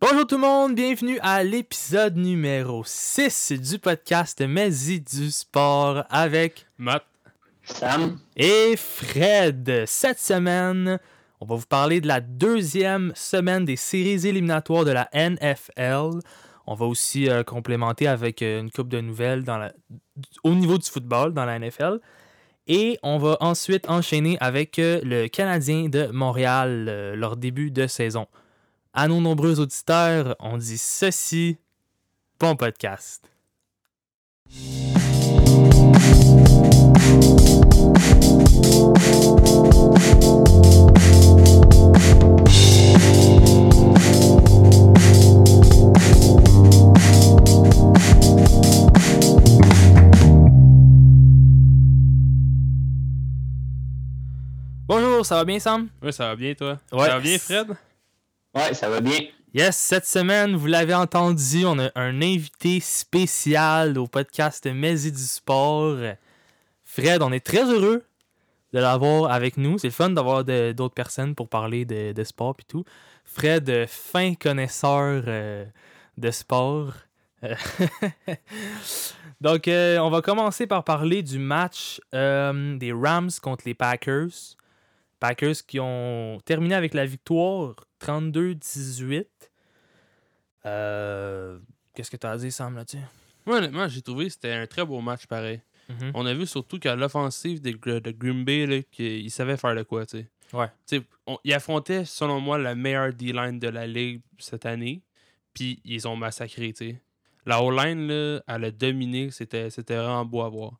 Bonjour tout le monde, bienvenue à l'épisode numéro 6 du podcast Maisy du sport avec Matt. Sam, et Fred. Cette semaine, on va vous parler de la deuxième semaine des séries éliminatoires de la NFL. On va aussi euh, complémenter avec euh, une coupe de nouvelles dans la- au niveau du football dans la NFL. Et on va ensuite enchaîner avec euh, le Canadien de Montréal, euh, leur début de saison. À nos nombreux auditeurs, on dit ceci. Bon podcast. Bonjour, ça va bien, Sam? Ouais, ça va bien, toi? Ouais. Ça va bien, Fred? ouais, ça va bien. Yes, cette semaine, vous l'avez entendu, on a un invité spécial au podcast Maisy du sport. Fred, on est très heureux de l'avoir avec nous. C'est le fun d'avoir de- d'autres personnes pour parler de, de sport et tout. Fred, euh, fin connaisseur euh, de sport. Euh, Donc, euh, on va commencer par parler du match euh, des Rams contre les Packers. Packers qui ont terminé avec la victoire 32-18. Euh, Qu'est-ce que tu as à dire, Sam, là-dessus? Moi, honnêtement, j'ai trouvé que c'était un très beau match, pareil. Mhm. On a vu surtout qu'à l'offensive de, Gr- de Green Bay, là, qu'ils savaient faire de quoi, tu sais. Ouais. Tu sais, on- ils affrontaient, selon moi, la meilleure D-line de la Ligue cette année, puis ils ont massacré, tu sais. La O-line, là, elle a dominé, c'était c'était vraiment beau à voir.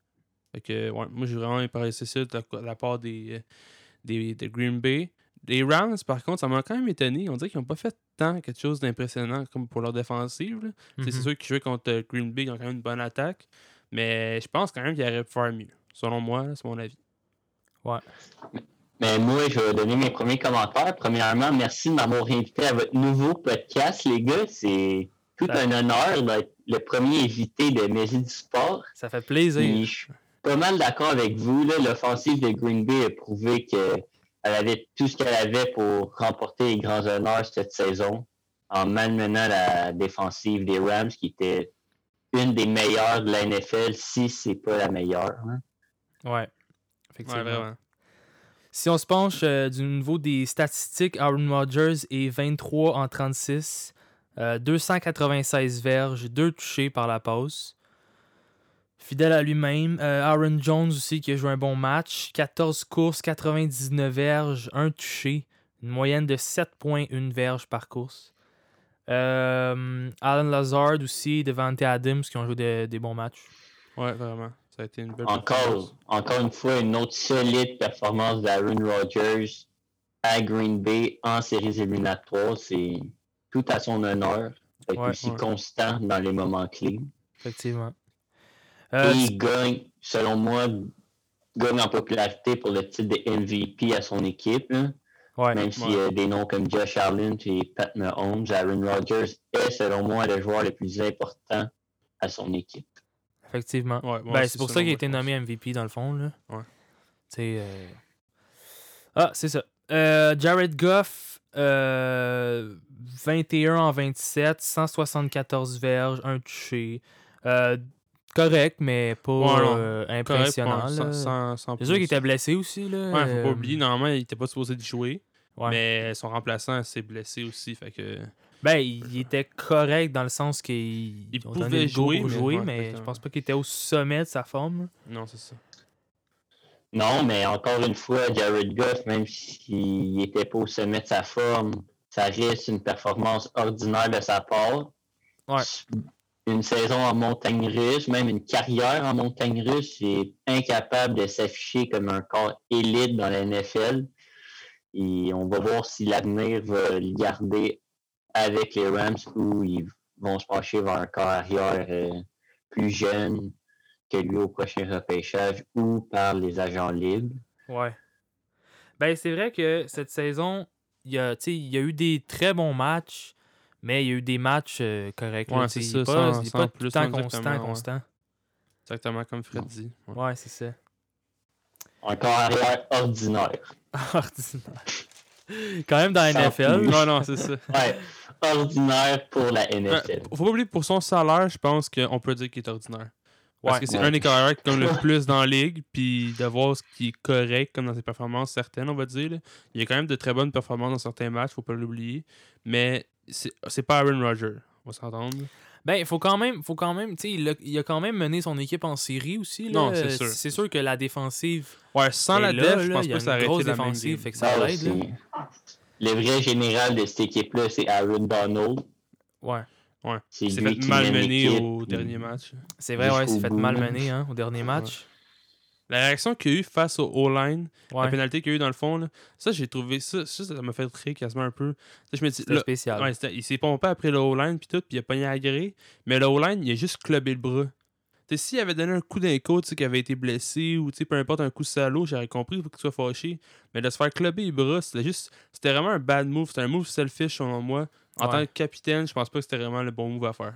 Fait que, ouais, moi, j'ai vraiment apprécié ça de la, de la part des, euh, des, de Green Bay. Les Rams, par contre, ça m'a quand même étonné. On dirait qu'ils n'ont pas fait tant quelque chose d'impressionnant comme pour leur défensive. là. Tu sais, Mhm. C'est sûr qu'ils jouaient contre euh, Green Bay, ils ont quand même une bonne attaque. Mais je pense quand même qu'ils auraient pu faire mieux. Selon moi, là, c'est mon avis. Mais moi, je vais donner mes premiers commentaires. Premièrement, merci de m'avoir invité à votre nouveau podcast, les gars. C'est tout Ça- un honneur d'être le premier invité de Maison du Sport. Ça fait plaisir. Puis, je suis pas mal d'accord avec vous. là. L'offensive de Green Bay a prouvé qu'elle avait tout ce qu'elle avait pour remporter les grands honneurs cette saison en malmenant la défensive des Rams, qui était une des meilleures de la NFL, si c'est pas la meilleure. hein. Ouais. Mm-hmm. Ouais, Effectivement. vraiment. Si on se penche euh, du niveau des statistiques, Aaron Rodgers est 23 en 36, euh, 296 verges, 2 touchés par la passe. Fidèle à lui-même, euh, Aaron Jones aussi qui a joué un bon match, 14 courses, 99 verges, 1 touché, une moyenne de 7.1 verges par course. Euh, Alan Lazard aussi, Devante Adams qui ont joué de- des bons matchs. Ouais, vraiment. Ça a été une belle performance. Encore, encore une fois, une autre solide performance d'Aaron Rodgers à Green Bay en séries éliminatoires. C'est tout à son honneur. d'être Ouais, aussi ouais. constant dans les moments clés. Effectivement. Euh, Et il gagne, selon moi, gagne en popularité pour le titre de MVP à son équipe. là. ouais. Même s'il y ouais. a des noms comme Josh Allen et Pat Mahomes, Aaron Rodgers est, selon moi, le joueur le plus important à son équipe. Effectivement. Ouais, ouais, ben, c'est pour ça qu'il a moi, été je pense. nommé MVP dans le fond. Là. Ouais. Tu sais, euh, Ah, c'est ça. Euh, Jared Goff, euh, 21 en 27, 174 verges, un touché. Euh, correct, mais pas Ouais, non. euh, Correct, impressionnant. ouais, là. sans- sans- sans C'est sûr qu'il plus. était blessé aussi. Là, Ouais, faut euh, pas oublier, normalement, il était pas supposé de jouer. ouais. Mais son remplaçant s'est blessé aussi. Fait que. Ben, il il était correct dans le sens qu'il Il on donnait pouvait le go jouer, pour mais- jouer, ouais, mais je exactement. pense pas qu'il était au sommet de sa forme. là. Non, c'est ça. Non, mais encore une fois, Jared Goff, même s'il n'était pas au sommet de sa forme, ça reste une performance ordinaire de sa part. Ouais. Une saison en montagne russe, même une carrière en montagne russe, il est incapable de s'afficher comme un corps élite dans la NFL. Et on va voir si l'avenir va le garder avec les Rams ou ils vont se pencher vers un corps arrière euh, plus jeune que lui au prochain repêchage ou par les agents libres. Ouais. Ben, c'est vrai que cette saison, il y, a, tu sais, il y a eu des très bons matchs, mais il y a eu des matchs euh, corrects. là, Ouais, tu sais, c'est il est ça, pas, sans- il est sans pas tout plus, le temps non, constant, exactement, ouais. constant. Exactement comme Fred dit. Ouais. Ouais, c'est ça. Un corps arrière ordinaire. Ordinaire. Quand même dans la Sans NFL. plus. non, non, c'est ça. Ouais. ordinaire pour la NFL. faut pas oublier, pour son salaire, je pense qu'on peut dire qu'il est ordinaire. Parce Ouais. que c'est Ouais. un des carrières qui gagne le plus dans la ligue, puis de voir ce qui est correct, comme dans ses performances certaines, on va dire. là. Il y a quand même de très bonnes performances dans certains matchs, faut pas l'oublier. Mais c'est c'est pas Aaron Rodgers, on va s'entendre. Ben, faut quand même, faut quand même, tu sais, il, a- il a quand même mené son équipe en série aussi. là. Non, c'est sûr. C'est sûr que la défensive. Ouais, sans est la là, def, je là, pense il y pas a que ça une aurait été grosse la même défensive, game. fait que Ah, ça l'aide. là. c'est- Le vrai général de cette équipe-là, c'est Aaron Donald. Ouais, C'est Il s'est lui fait qui mène malmener l'équipe. au dernier match. c'est vrai, ouais, Jusqu'au c'est fait bout, mal là. mener hein, au dernier match. La réaction qu'il y a eu face au O-line, Ouais, la pénalité qu'il y a eu dans le fond, là, ça, j'ai trouvé ça, ça, ça m'a fait rire quasiment un peu. Ça, je me dis, c'était là, spécial. ouais, c'était- il s'est pompé après le O-line, puis tout, puis il a pogné à la grille, mais le O-line, il a juste clubé le bras. Tu sais, s'il avait donné un coup d'un coup, tu sais, qu'il avait été blessé, ou tu sais, peu importe, un coup salaud, j'aurais compris, faut qu'il soit fâché. Mais de se faire clubber les bras, c'était juste, c'était vraiment un bad move, c'était un move selfish, selon moi. En Ouais. tant que capitaine, je pense pas que c'était vraiment le bon move à faire.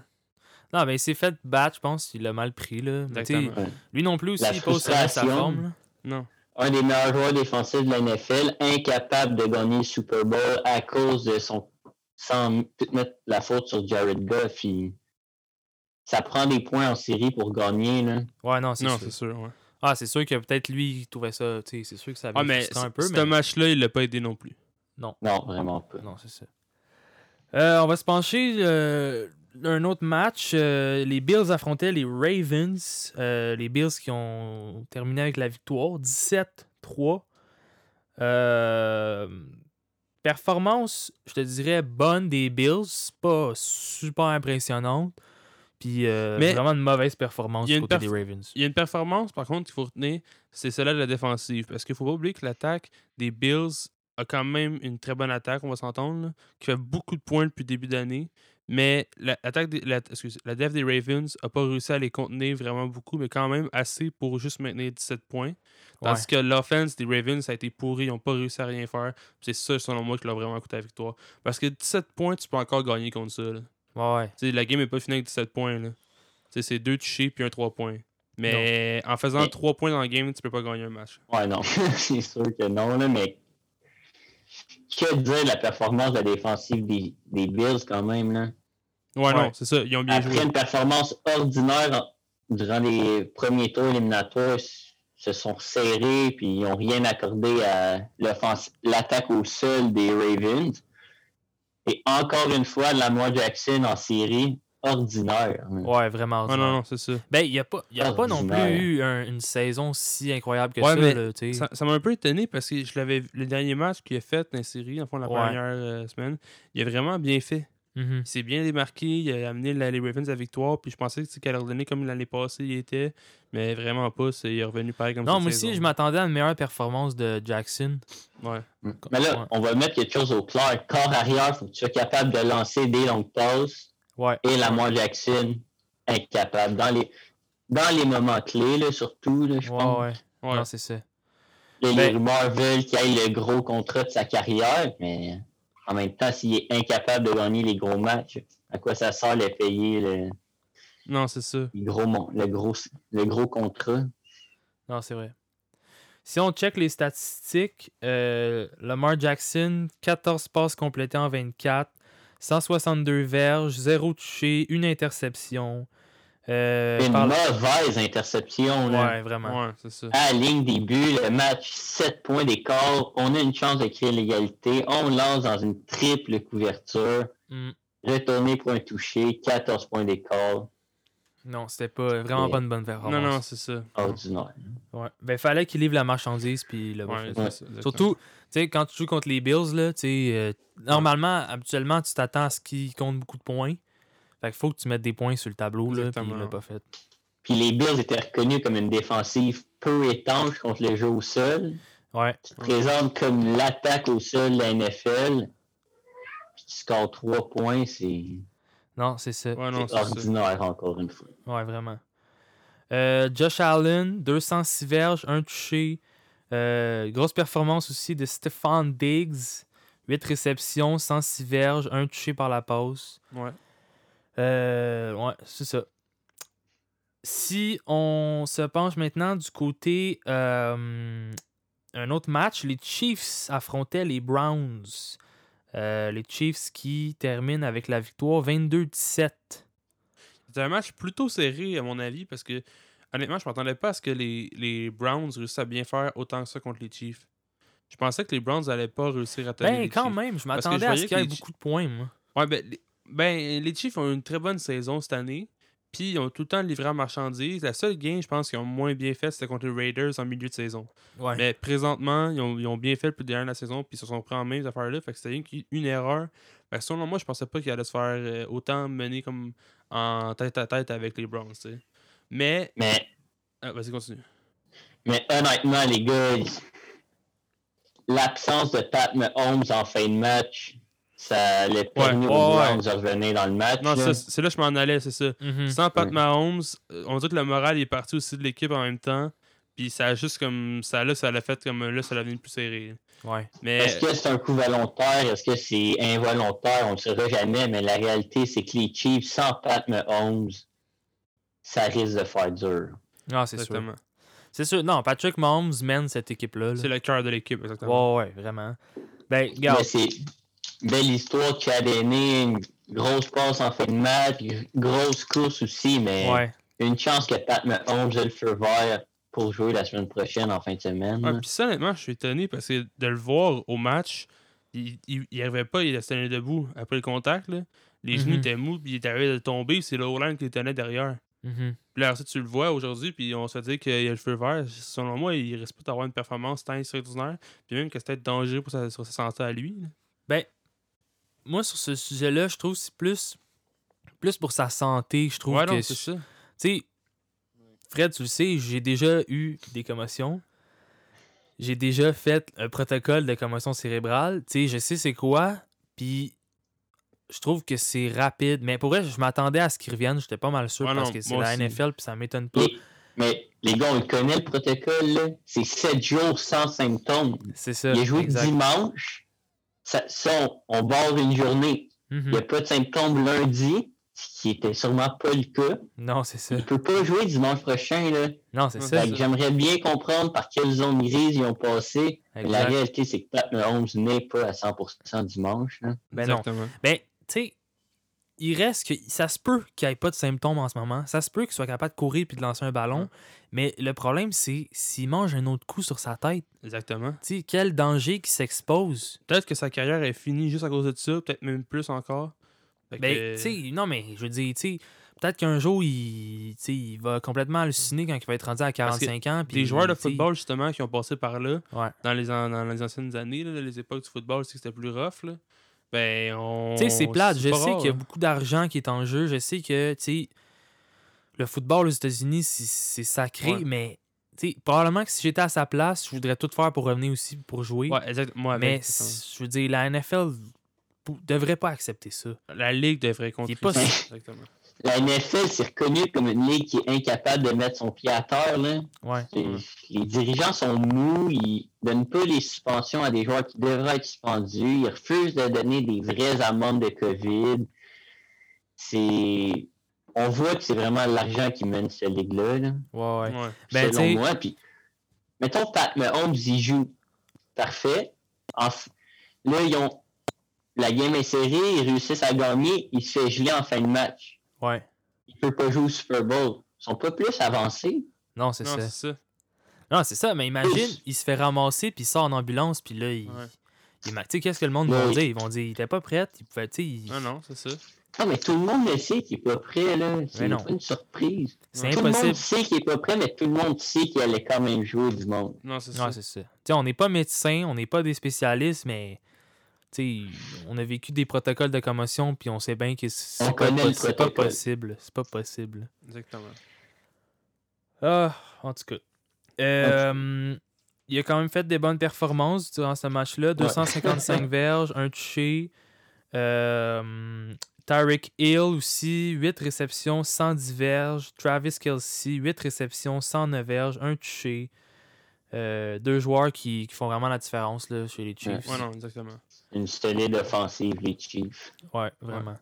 Non, ben, il s'est fait battre, je pense, il l'a mal pris. Là. Mais, tu sais, Exactement. lui non plus aussi, La il pose sa sa frustration. forme. là. Non. Un des meilleurs joueurs défensifs de la NFL, incapable de gagner le Super Bowl à cause de son. sans tout mettre la faute sur Jared Goff. il- Ça prend des points en série pour gagner. Là. Ouais, non, c'est Non, sûr. c'est sûr, ouais. Ah, c'est sûr que peut-être lui, il trouvait ça. tu sais, C'est sûr que ça avait Ah, mais c- un peu. ce mais- match-là, il l'a pas aidé non plus. Non, vraiment pas. Non, c'est ça. Euh, on va se pencher euh, un autre match. Euh, les Bills affrontaient les Ravens. Euh, les Bills qui ont terminé avec la victoire 17-3. Euh, performance, je te dirais, bonne des Bills. Pas super impressionnante. Puis euh, Mais vraiment une mauvaise performance il y a du une côté des perf- Ravens. Il y a une performance, par contre, qu'il faut retenir, c'est celle de la défensive. Parce qu'il faut pas oublier que l'attaque des Bills a quand même une très bonne attaque, on va s'entendre, là, qui fait beaucoup de points depuis le début d'année. Mais la, attaque des- la, excuse, la def des Ravens a pas réussi à les contenir vraiment beaucoup, mais quand même assez pour juste maintenir 17 points. Tandis Ouais. que l'offense des Ravens ça a été pourri, ils n'ont pas réussi à rien faire. C'est ça, selon moi, qui leur a vraiment coûté la victoire. Parce que 17 points, tu peux encore gagner contre ça. là. Ouais, ouais. T'sais, la game n'est pas finie avec 17 points. là. T'sais, C'est deux touchés puis un 3 points. Mais en faisant Mais- 3 points dans la game, tu peux pas gagner un match. Ouais, non. c'est sûr que non, là, mais que dire de la performance de la défensive des, des Bills quand même, là? Ouais, Ouais. non, c'est ça. Ils ont bien Après joué. une performance ordinaire en- durant les premiers tours éliminatoires, s- se sont serrés puis ils n'ont rien accordé à l'offense- l'attaque au sol des Ravens. Et encore une fois, Lamar Jackson en série ordinaire. hein. là. Ouais, vraiment. Ouais, Ah, non, non, c'est ça. Ben, il n'y a pas, il y a pas non plus Ordinaire. eu un- une saison si incroyable que Ouais, ça. mais là, tu sais. Ça ça m'a un peu étonné parce que je l'avais vu- le dernier match qu'il a fait dans la série, en fond, la Ouais. première euh, semaine, il a vraiment bien fait. Mhm. Il s'est bien démarqué, il a amené la- les Ravens à victoire, puis je pensais que c'est qu'elle leur donnait comme l'année passée, il était, mais vraiment pas. c'est- Il est revenu pareil comme Non, cette moi aussi, saison. je m'attendais à une meilleure performance de Jackson. Ouais. Mais là, Ouais. on va mettre quelque chose au clair. Corps arrière, faut que tu sois capable de lancer des longues passes. Ouais. et Lamar Jackson incapable. Dans les, dans les moments clés, là, surtout, là, je Ouais, pense. ouais. Ouais. Non, c'est ça. Là, Ben- Les rumeurs veulent qu'il ait le gros contrat de sa carrière, mais en même temps, s'il est incapable de gagner les gros matchs, à quoi ça sert de payer le, Non, c'est ça. le gros, mon- le, gros, le gros contrat? Non, c'est vrai. Si on check les statistiques, euh, Lamar Jackson, 14 passes complétées en 24, 162 verges, 0 touché, une interception. Euh, une par- mauvaise interception. Là. Ouais, vraiment. Ouais, c'est ça. À la ligne des buts, le match, 7 points d'écart. On a une chance de créer l'égalité. On lance dans une triple couverture. Mm. Retourné pour un toucher, 14 points d'écart. Non, c'était pas vraiment Ouais. pas une bonne Non, performance. non, c'est ça. ordinaire. Ouais. Ben, fallait qu'il livre la marchandise, puis le Ouais, c'est ça, exactement. Surtout, tu sais, quand tu joues contre les Bills, là, tu sais, euh, normalement, habituellement, tu t'attends à ce qu'ils comptent beaucoup de points. Fait que faut que tu mettes des points sur le tableau, là, puis il l'a Exactement. pas fait. Puis les Bills étaient reconnus comme une défensive peu étanche contre le jeu au sol. Ouais, Tu te présentes comme l'attaque au sol de la NFL. Puis tu scores 3 points, c'est non, c'est ça. Ouais, Ouais, non, c'est c'est ça. ordinaire encore une fois. vraiment. Euh, Josh Allen, 206 verges, un touché. Euh, grosse performance aussi de Stephon Diggs, 8 réceptions, 106 verges, un touché par la passe. Ouais. Euh, ouais, c'est ça. Si on se penche maintenant du côté euh, un autre match, les Chiefs affrontaient les Browns. Euh, les Chiefs qui terminent avec la victoire 22-17. C'était un match plutôt serré, à mon avis, parce que honnêtement, je m'attendais pas à ce que les, les Browns réussissent à bien faire autant que ça contre les Chiefs. Je pensais que les Browns n'allaient pas réussir à tenir Ben, les quand Chiefs. même, je Parce que m'attendais je à voyais ce qu'il y que ait les Chi- beaucoup de points, moi. Ouais, ben, les, ben, les Chiefs ont une très bonne saison cette année. Puis ils ont tout le temps livré en marchandises. La seule game, je pense, qu'ils ont moins bien fait, c'était contre les Raiders en milieu de saison. Ouais. Mais présentement, ils ont, ils ont bien fait depuis le dernier de la saison, puis ils se sont pris en main, ces affaires-là. Fait que c'était une, une erreur. Fait que selon moi, je pensais pas qu'ils allaient se faire euh, autant mener comme en tête à tête avec les Browns, tu sais. Mais. Mais, ah, vas-y, continue. mais honnêtement, les gars, l'absence de Pat Mahomes en fin de match, ça l'a permis ouais, aux ouais. Browns de revenir dans le match. Non, là. ça, c'est là que je m'en allais, c'est ça. Mhm. Sans Pat Ouais. Mahomes, euh, on dirait que le moral est parti aussi de l'équipe en même temps. Puis ça a juste comme. Ça là, ça l'a fait comme. Là, ça l'a venu plus serré. Ouais. Mais. Est-ce que c'est un coup volontaire? Est-ce que c'est involontaire? On ne le saura jamais, mais la réalité, c'est que les Chiefs sans Pat Mahomes, ça risque de faire dur. Non, Ah, c'est sûr. Exactement. C'est sûr. Non, Patrick Mahomes mène cette équipe-là. là. C'est le cœur de l'équipe, exactement. Ouais, ouais, vraiment. Ben, Mais regarde, c'est une belle histoire qui a donné une grosse passe en fin de match, une grosse course aussi, mais ouais. une chance que Pat Mahomes ait le feu vert pour jouer la semaine prochaine en fin de semaine. Ouais, puis ça, honnêtement, je suis étonné parce que de le voir au match, il, il, il arrivait pas, il restait debout après le contact. là. Les genoux Mhm. étaient mous, puis il était arrivé de tomber, c'est le Hollande qui le tenait derrière. Mhm. Puis là, ça, tu le vois aujourd'hui, puis on se fait dire qu'il y a le feu vert. Selon moi, il risque pas d'avoir une performance tant extraordinaire, puis même que c'est peut-être dangereux pour sa, sur sa santé à lui. là. Ben, Moi, sur ce sujet-là, je trouve que c'est plus, plus pour sa santé. Je trouve Ouais, que non, c'est ça. Tu sais, Fred, tu le sais, j'ai déjà eu des commotions. J'ai déjà fait un protocole de commotion cérébrale. Tu sais, je sais c'est quoi. Puis, je trouve que c'est rapide. Mais pour vrai, je m'attendais à ce qu'ils reviennent. J'étais pas mal sûr Ouais, parce non, que c'est moi la aussi. NFL puis ça m'étonne pas. Les- mais les gars, on le connaît le protocole, là. c'est 7 jours sans symptômes. C'est ça. Il a joué exact. dimanche. Ça, ça, on, on barre une journée. Il Mhm. n'y a pas de symptômes lundi, ce qui n'était sûrement pas le cas. Non, c'est ça. Il ne peut pas jouer dimanche prochain. Là. Non, c'est Ouais. ça. Fait que J'aimerais bien comprendre par quelle zone grise ils ont passé. Mais La Exact. réalité, c'est que Pat Mahomes n'est pas à 100% dimanche. là. Ben non. Exactement. Ben, tu sais, il reste que. Ça se peut qu'il n'y ait pas de symptômes en ce moment. Ça se peut qu'il soit capable de courir puis de lancer un ballon. Ouais. Mais le problème, c'est s'il mange un autre coup sur sa tête, Exactement. tu sais, quel danger qui s'expose. Peut-être que sa carrière est finie juste à cause de ça, peut-être même plus encore. Fait que, Ben, tu sais, non, mais je veux dire, tu sais, peut-être qu'un jour, il, tu sais, il va complètement halluciner quand il va être rendu à Parce que 45 ans. puis Les joueurs de tu sais, football, justement, qui ont passé par là, Ouais. dans, les an- dans les anciennes années, là, les époques du football, c'est que c'était plus rough. Là. Ben, on. Tu sais, c'est plate. Je pas sais rare, qu'il y a hein. beaucoup d'argent qui est en jeu. Je sais que, tu sais, le football aux États-Unis, c'est- c'est sacré, Ouais. mais, tu sais, probablement que si j'étais à sa place, je voudrais tout faire pour revenir aussi, pour jouer. Ouais, exactement. mais, si- je veux dire, la NFL pou- devrait pas accepter ça. la Ligue devrait contribuer. pas Exactement. La NFL, c'est reconnu comme une ligue qui est incapable de mettre son pied à terre. là. Ouais. C'est- Ouais. Les dirigeants sont mous, ils donnent pas les suspensions à des joueurs qui devraient être suspendus, ils refusent de donner des vraies amendes de COVID. C'est. On voit que c'est vraiment l'argent qui mène cette ligue-là, là, Ouais, ouais. Ouais. Ben, selon tu sais, moi. Puis, mettons que Pat Mahomes y joue. Parfait. En f- Là, ils ont. La game est serrée, ils réussissent à gagner, ils se fait geler en fin de match. ouais. Ils ne peuvent pas jouer au Super Bowl. Ils sont pas plus avancés. Non, c'est Non, ça. c'est ça. Non, c'est ça, mais imagine, Ouf. il se fait ramasser, puis il sort en ambulance, puis là, il. Ouais. il ma- Tu sais, qu'est-ce que le monde va Ouais. dire? Ils vont dire, il était pas prêt, il pouvait, tu sais, il- Non, non, c'est ça. Non, mais tout le monde le sait qu'il n'est pas prêt, là. C'est non. pas une surprise. c'est Tout le monde impossible. sait qu'il n'est pas prêt, mais tout le monde sait qu'il allait quand même jouer du monde. Non, c'est Ouais, ça. c'est ça. Tu sais, on n'est pas médecin, on n'est pas des spécialistes, mais tu sais, on a vécu des protocoles de commotion, puis on sait bien que c'est On c'est pas, connaît le possi- c'est pas protocole. possible. C'est pas possible. Exactement. Ah, en tout cas. Euh, il a quand même fait des bonnes performances durant ce match-là. 255 verges, un touché. Euh, Tyreek Hill aussi, 8 réceptions, 110 verges. Travis Kelsey, 8 réceptions, 109 verges, un touché. Euh, deux joueurs qui, qui font vraiment la différence là, chez les Chiefs. Ouais, non, exactement. Une solide offensive, les Chiefs. Ouais, vraiment.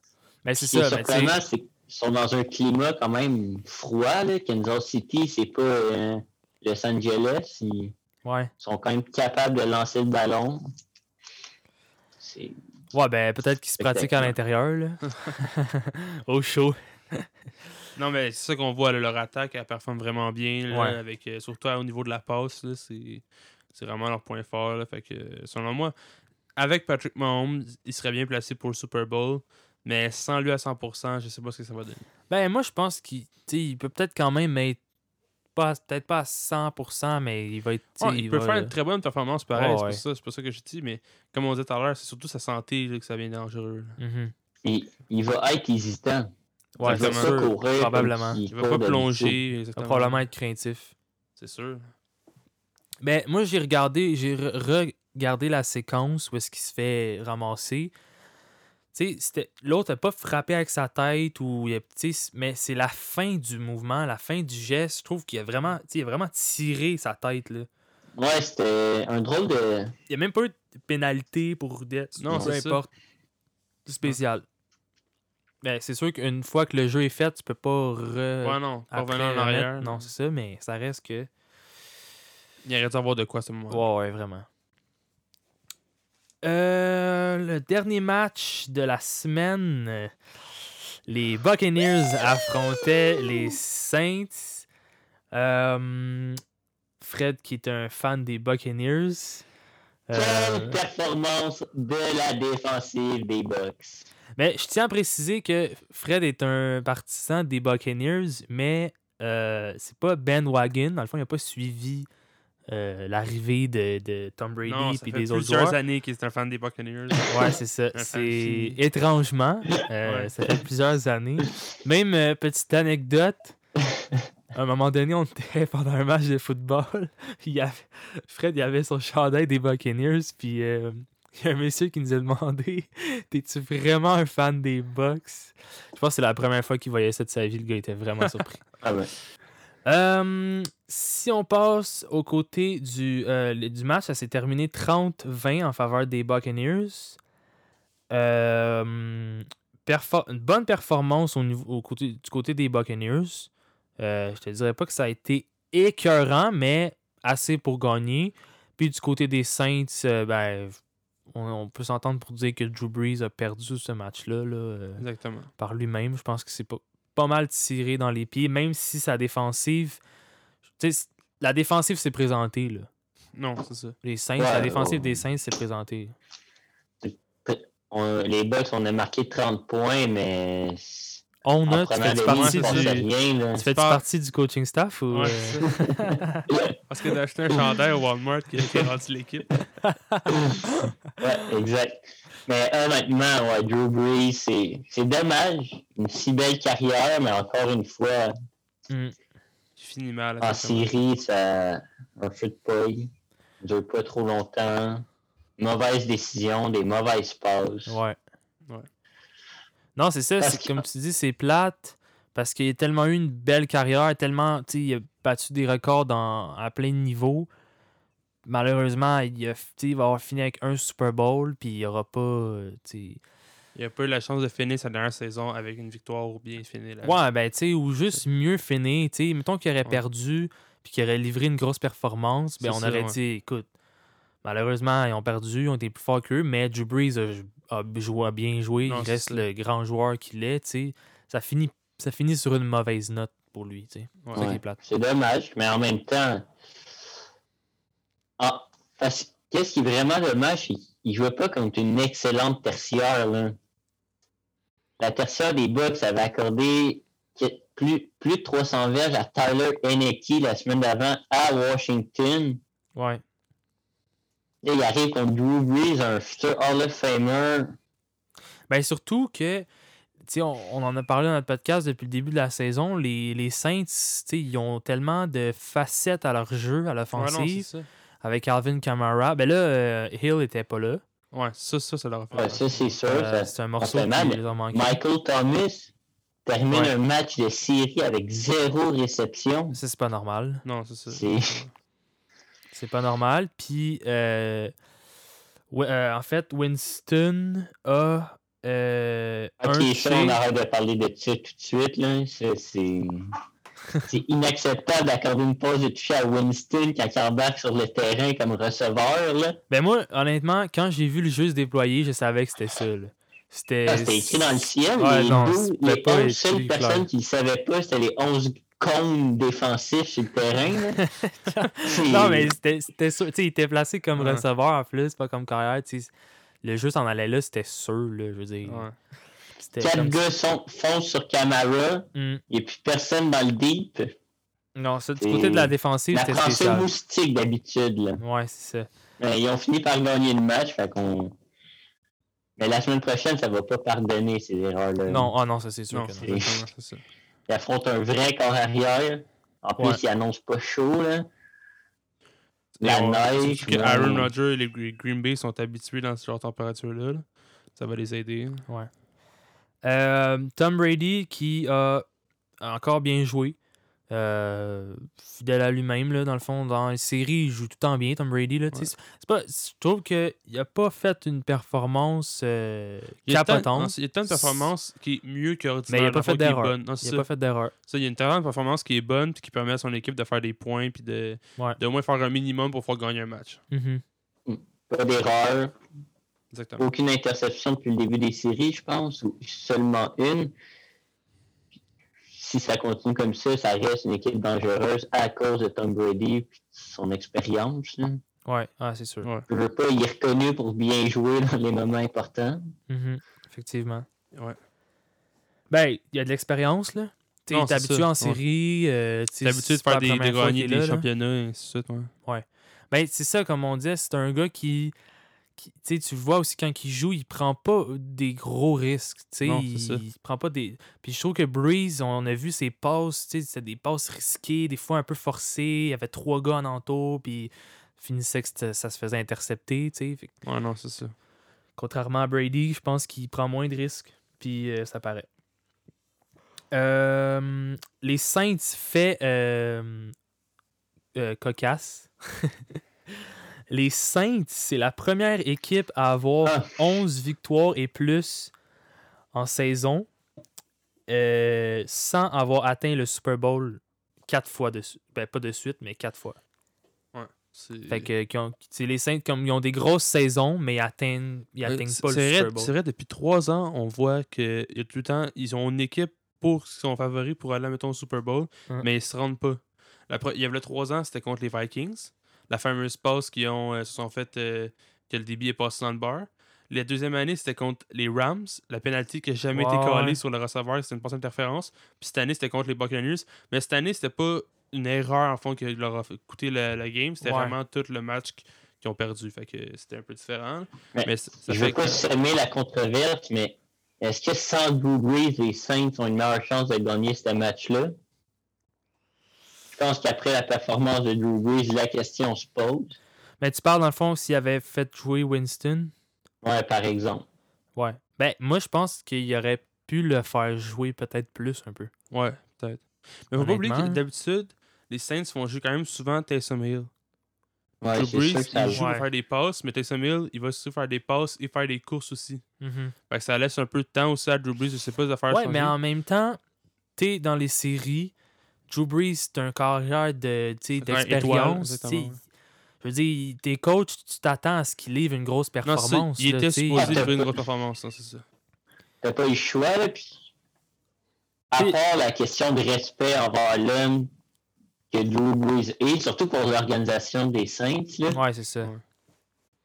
Mais c'est Ce qui est ça. ben, tu sais, surprenant, c'est qu'ils sont dans un climat quand même froid, là. Kansas City, c'est pas euh, Los Angeles. Ils ouais. sont quand même capables de lancer le ballon. C'est Ouais, ben peut-être qu'ils se pratiquent à l'intérieur, là. Au chaud. Non, mais c'est ça qu'on voit, là, leur attaque, elle performe vraiment bien, là, Ouais. avec, euh, surtout au niveau de la passe, là, c'est, c'est vraiment leur point fort. là. fait que, selon moi, avec Patrick Mahomes, il serait bien placé pour le Super Bowl, mais sans lui à 100%, je sais pas ce que ça va donner. Ben, moi, je pense qu'il tu sais, il peut peut-être quand même être. pas- Peut-être pas à 100%, mais il va être. tu sais, Ouais, il, peut va- faire une très bonne performance, pareil, Ouais, c'est, ouais. Pas ça, c'est pas ça que je dis, mais comme on disait tout à l'heure, c'est surtout sa santé là, que ça devient dangereux. là. Mhm. Il, il va être hésitant. Ouais, il va c'est Exactement. pas sûr. courir. comme probablement. s'il Il va pas court d'habitude. plonger, Il va exactement. probablement être craintif. C'est sûr. Ben, moi, j'ai regardé, j'ai re- regardé la séquence où est-ce qu'il se fait ramasser. Tu sais, c'était- l'autre n'a pas frappé avec sa tête ou il a- tu sais, mais c'est la fin du mouvement, la fin du geste. Je trouve qu'il a vraiment, tu sais, il a vraiment tiré sa tête là. Ouais, c'était un drôle de. Il n'y a même pas eu de pénalité pour dette. Non, peu c'est ça. importe. C'est Spécial. Ben, c'est sûr qu'une fois que le jeu est fait, tu peux pas re... ouais, non, pas euh, après revenir en remettre. arrière. Non, c'est ça, mais ça reste que. Il aurait dû avoir de quoi à ce moment Ouais, ouais, vraiment. Euh, le dernier match de la semaine, euh, les Buccaneers affrontaient les Saints. Euh, Fred, qui est un fan des Buccaneers. euh, Quelle performance de la défensive des Bucks. mais je tiens à préciser que Fred est un partisan des Buccaneers, mais euh, c'est pas Ben Wagon. Dans le fond, il n'a pas suivi euh, l'arrivée de, de Tom Brady Non, ça et fait des autres plusieurs joueurs. années qu'il est un fan des Buccaneers. Ouais, c'est ça. fan C'est fini. étrangement, euh, Ouais. ça fait plusieurs années. Même euh, petite anecdote, à un moment donné, on était pendant un match de football. Il y avait- Fred, il avait son chandail des Buccaneers, puis euh, il y a un monsieur qui nous a demandé T'es-tu vraiment un fan des Bucks Je pense que c'est la première fois qu'il voyait ça de sa vie. Le gars était vraiment surpris. Ah ben, Euh, si on passe au côté du, euh, le- du match, ça s'est terminé 30-20 en faveur des Buccaneers. Euh, perfor- une bonne performance au niveau, au côté, du côté des Buccaneers. Euh, je te dirais pas que ça a été écœurant, mais assez pour gagner. Puis du côté des Saints, euh, ben, on, on peut s'entendre pour dire que Drew Brees a perdu ce match-là. là, euh, Exactement. par lui-même. Je pense que c'est pas, pas mal tiré dans les pieds, même si sa défensive. tu sais, c- la défensive s'est présentée, là. Non, c'est ça. Les Saints, Ouais, la défensive ouais. des Saints s'est présentée. on- les Bucks, on a marqué 30 points, mais. On en a, tu prenant fais-tu les partie Bucks, partie on du. faisait Tu rien. là. fais-tu pars- partie du coaching staff ou. euh, Ouais, c'est ça. Parce que d'acheter un chandail au Walmart qui a rendu l'équipe. Ouais, exact. Mais honnêtement, ouais, Drew Brees, c'est c'est dommage. Une si belle carrière, mais encore une fois, Tu finis mal. en exactement. Syrie, ça un feu de paille. Dure pas trop longtemps. Mauvaise décision, des mauvaises passes. Ouais. Ouais. Non, c'est ça, Parce c'est que- comme tu dis, c'est plate parce qu'il a tellement eu une belle carrière, tellement, tu sais, il a battu des records dans, à plein de niveaux. Malheureusement, il, a, tu sais, il va avoir fini avec un Super Bowl, puis il n'y aura pas. euh, tu sais- Il a pas eu la chance de finir sa dernière saison avec une victoire ou bien finir la. Ouais, ben, tu sais, ou juste mieux finir. Tu sais, mettons qu'il aurait Ouais. perdu, puis qu'il aurait livré une grosse performance, ben, C'est on ça, aurait ouais. dit, écoute, malheureusement, ils ont perdu, ils ont été plus forts qu'eux, mais Drew Brees a, a joué, a bien joué, Non, il c'est reste ça. le grand joueur qu'il est, tu sais. Ça finit, ça finit sur une mauvaise note pour lui, tu sais. Ouais. C'est ça qui est Ouais. plate. C'est dommage, mais en même temps. Ah, parce- qu'est-ce qui est vraiment dommage, c'est qu'il jouait pas contre une excellente tertiaire. là. La tertiaire des Bucks avait accordé que- plus, plus de 300 verges à Tyler Henneke la semaine d'avant à Washington. Ouais. Là, il arrive contre Drew Brees, un futur Hall of Famer. Ben, surtout que, tu sais, on, on en a parlé dans notre podcast depuis le début de la saison, les, les Saints, tu sais, ils ont tellement de facettes à leur jeu, à Ouais, non, c'est l'offensive. ça. avec Alvin Kamara. Ben là, euh, Hill était pas là. Ouais, ça, ça, ça leur a fait. Ouais, ça, c'est sûr. Euh, ça- c'est un morceau ça fait mal, qui les a manqué. Michael Thomas termine Ouais. un match de série avec zéro réception. Ça, c'est pas normal. Non, c'est ça. C'est- C'est pas normal. Puis, euh, ouais, euh, en fait, Winston a euh, un Ok, touché. ça, on arrête de parler de ça tout de suite, là. Ça, c'est. C'est inacceptable d'accorder une pause de toucher à Winston quand il embarque sur le terrain comme receveur. Là. Ben moi, honnêtement, quand j'ai vu le jeu se déployer, je savais que c'était ça. là. C'était. Ah, c'était écrit dans le ciel. Ouais, les non, deux, c'était les pas 11 écrit seules clair. personnes qui ne savaient pas, c'était les 11 cônes défensifs sur le terrain. là. C'est- non, mais c'était- c'était sûr. Tu sais, il était placé comme Ouais. receveur en plus, pas comme carrière. tu sais. Le jeu s'en allait là, c'était sûr, là, je veux dire. Ouais. C'était Quatre comme- gars sont, foncent sur Camara, Mm. il n'y a plus personne dans le deep. Non, ça, du côté de la défensive, La c'était française spécial. moustique d'habitude. là. Ouais, c'est ça. Mais ils ont fini par gagner le match, fait qu'on. Mais la semaine prochaine, ça va pas pardonner ces erreurs-là. Non, ah non, ça c'est sûr Non, que non. c'est exactement c'est ça. Ils affrontent un vrai corps arrière. En plus, Ouais. ils annoncent pas chaud, là. La Et on- neige, surtout que ouais. Aaron Rodgers et les Gre- Green Bay sont habitués dans ce genre de température-là. là. Ça va les aider. Euh, Tom Brady qui a encore bien joué. Euh, fidèle à lui-même, là, dans le fond, dans les séries, il joue tout le temps bien, Tom Brady. Là, tu sais, c'est- c'est pas, je trouve qu'il n'a pas fait une performance euh, Il y a tant- non, capotante, c'est- il y a tant de performances qui est mieux qu'ordinaire. mais il n'a dans pas le fond, fait qui est d'erreur. bonne. Non, c'est Il ça. n'a pas fait d'erreur. Ça, il y a une talent de performance qui est bonne puis qui permet à son équipe de faire des points puis de, Ouais. de au moins faire un minimum pour pouvoir gagner un match. Mhm. Pas d'erreur. Exactement. Aucune interception depuis le début des séries, je pense, ou seulement une. Puis, Si ça continue comme ça, ça reste une équipe dangereuse à cause de Tom Brady et son expérience. là. Ouais, ah, c'est sûr. Je veux pas, il est reconnu pour bien jouer dans les moments importants. Mhm. Effectivement. Ouais. Ben, il y a de l'expérience, là. Tu Non, es c'est habitué ça, en ouais. série. euh, tu sais, T'es habitué de c'est pas la faire des, de première fois gagner qu'il est là, des là. championnats et ainsi de suite. ouais. Ben, c'est ça, comme on disait, c'est un gars qui. qui- tu sais, tu le vois aussi quand il joue, il prend pas des gros risques. tu sais, Non, c'est ça. il, il prend pas des. Puis je trouve que Breeze, on a vu ses passes, tu sais, c'était des passes risquées, des fois un peu forcées. Il y avait trois gars en entour, puis finissait que c'était- ça se faisait intercepter. tu sais. Fait que, Ouais, non, c'est ça. contrairement à Brady, je pense qu'il prend moins de risques, puis euh, ça paraît. Euh, les Saints fait euh, euh, cocasse. les Saints, c'est la première équipe à avoir Ah. 11 victoires et plus en saison euh, sans avoir atteint le Super Bowl quatre fois de su- Ben, pas de suite, mais quatre fois. Ouais. C'est Fait que, qui ont- tu sais, les Saints, comme, ils ont des grosses saisons, mais ils atteignent, ils Euh, atteignent c'est- pas le c'est Super vrai, Bowl. c'est vrai, depuis trois ans, on voit que il y a tout le temps, ils ont une équipe pour qui sont favoris pour aller, mettons, au Super Bowl, Hein. mais ils se rendent pas. La pre- il y avait le trois ans, c'était contre les Vikings. La fameuse passe qui ont euh, se sont fait euh, que le débit est passé dans le bar. La deuxième année, c'était contre les Rams. La pénalité qui n'a jamais été Ouais, collée ouais. sur le receveur, c'était une passe d'interférence. Puis cette année, c'était contre les Buccaneers. Mais cette année, c'était pas une erreur en fond qui leur a fait- coûté la, la game. C'était Ouais. vraiment tout le match qui- qu'ils ont perdu. Fait que c'était un peu différent. Mais Mais c- ça je veux fait pas que- semer la controverse, mais est-ce que sans Drew Brees, les Saints ont une meilleure chance de gagner ce match-là? Je pense qu'après la performance de Drew Brees, la question se pose. Mais tu parles dans le fond s'il avait fait jouer Winston. Ouais, par exemple. Ouais. Ben, moi, je pense qu'il aurait pu le faire jouer peut-être plus un peu. Ouais, peut-être. Mais faut pas oublier que Honnêtement. d'habitude, les Saints font jouer quand même souvent Taysom Hill. Ouais, Drew c'est sûr Brees, que ça il joue Ouais. à faire des passes, mais Taysom Hill, il va surtout faire des passes et faire des courses aussi. Fait que ça laisse un peu de temps aussi à Drew Brees, je sais pas, de faire Ouais, changer. mais en même temps, t'es dans les séries. Drew Brees, c'est un carrière de, tu sais, C'est un étoile, d'expérience. tu exactement, sais. ouais. Je veux dire, t'es coach, tu t'attends à ce qu'il livre une grosse Non, c'est ça, performance. il là, était tu sais. supposé Ah, livrer une t'as- grosse performance, hein, c'est ça. T'as pas eu le choix, là, puis... À Puis- part la question de respect envers l'homme que Drew Brees est, surtout pour l'organisation des Saints, là, Ouais, c'est ça. Ouais.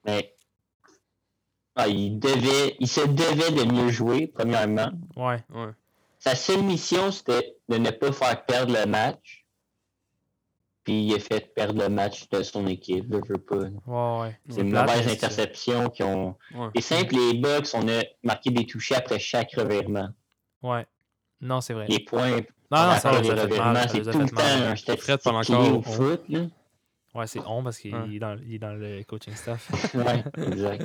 mais... ah, il devait... Il se devait de mieux jouer, premièrement. Ouais. Ouais. Sa seule mission, c'était de ne pas faire perdre le match. Puis il a fait perdre le match de son équipe. Je veux pas. Ouais, ouais. C'est une plate, mauvaise mais c'est- interception qui ont. Ouais. C'est simple, les Bucks, on a marqué des touchés après chaque revirement. Ouais. Non, c'est vrai. Les points Non, non, après ça leur les a fait mal, revirements, ça c'est leur a tout le fait temps hein. mal. un statistique parle qui est lié encore au au- foot. Là. Ouais, c'est on parce qu'il Ouais. est, dans, il est dans le coaching staff. ouais, exact.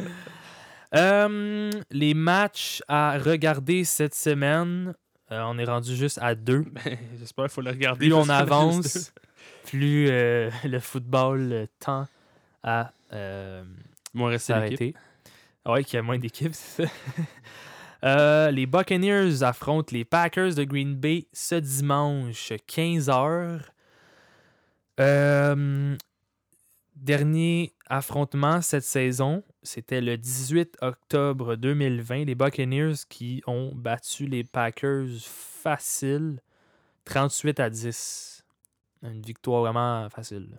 Euh, les matchs à regarder cette semaine, euh, on est rendu juste à deux. Ben, J'espère qu'il faut le regarder. Plus parce on qu'on a juste avance, plus euh, le football euh, tend à euh, deux. Ils vont rester l'équipe. s'arrêter. Ouais, qu'il y a moins d'équipes, c'est ça. Euh, les Buccaneers affrontent les Packers de Green Bay ce dimanche, 15h. Euh, dernier affrontement cette saison, c'était le 18 octobre 2020. Les Buccaneers qui ont battu les Packers facile, 38 à 10. Une victoire vraiment facile.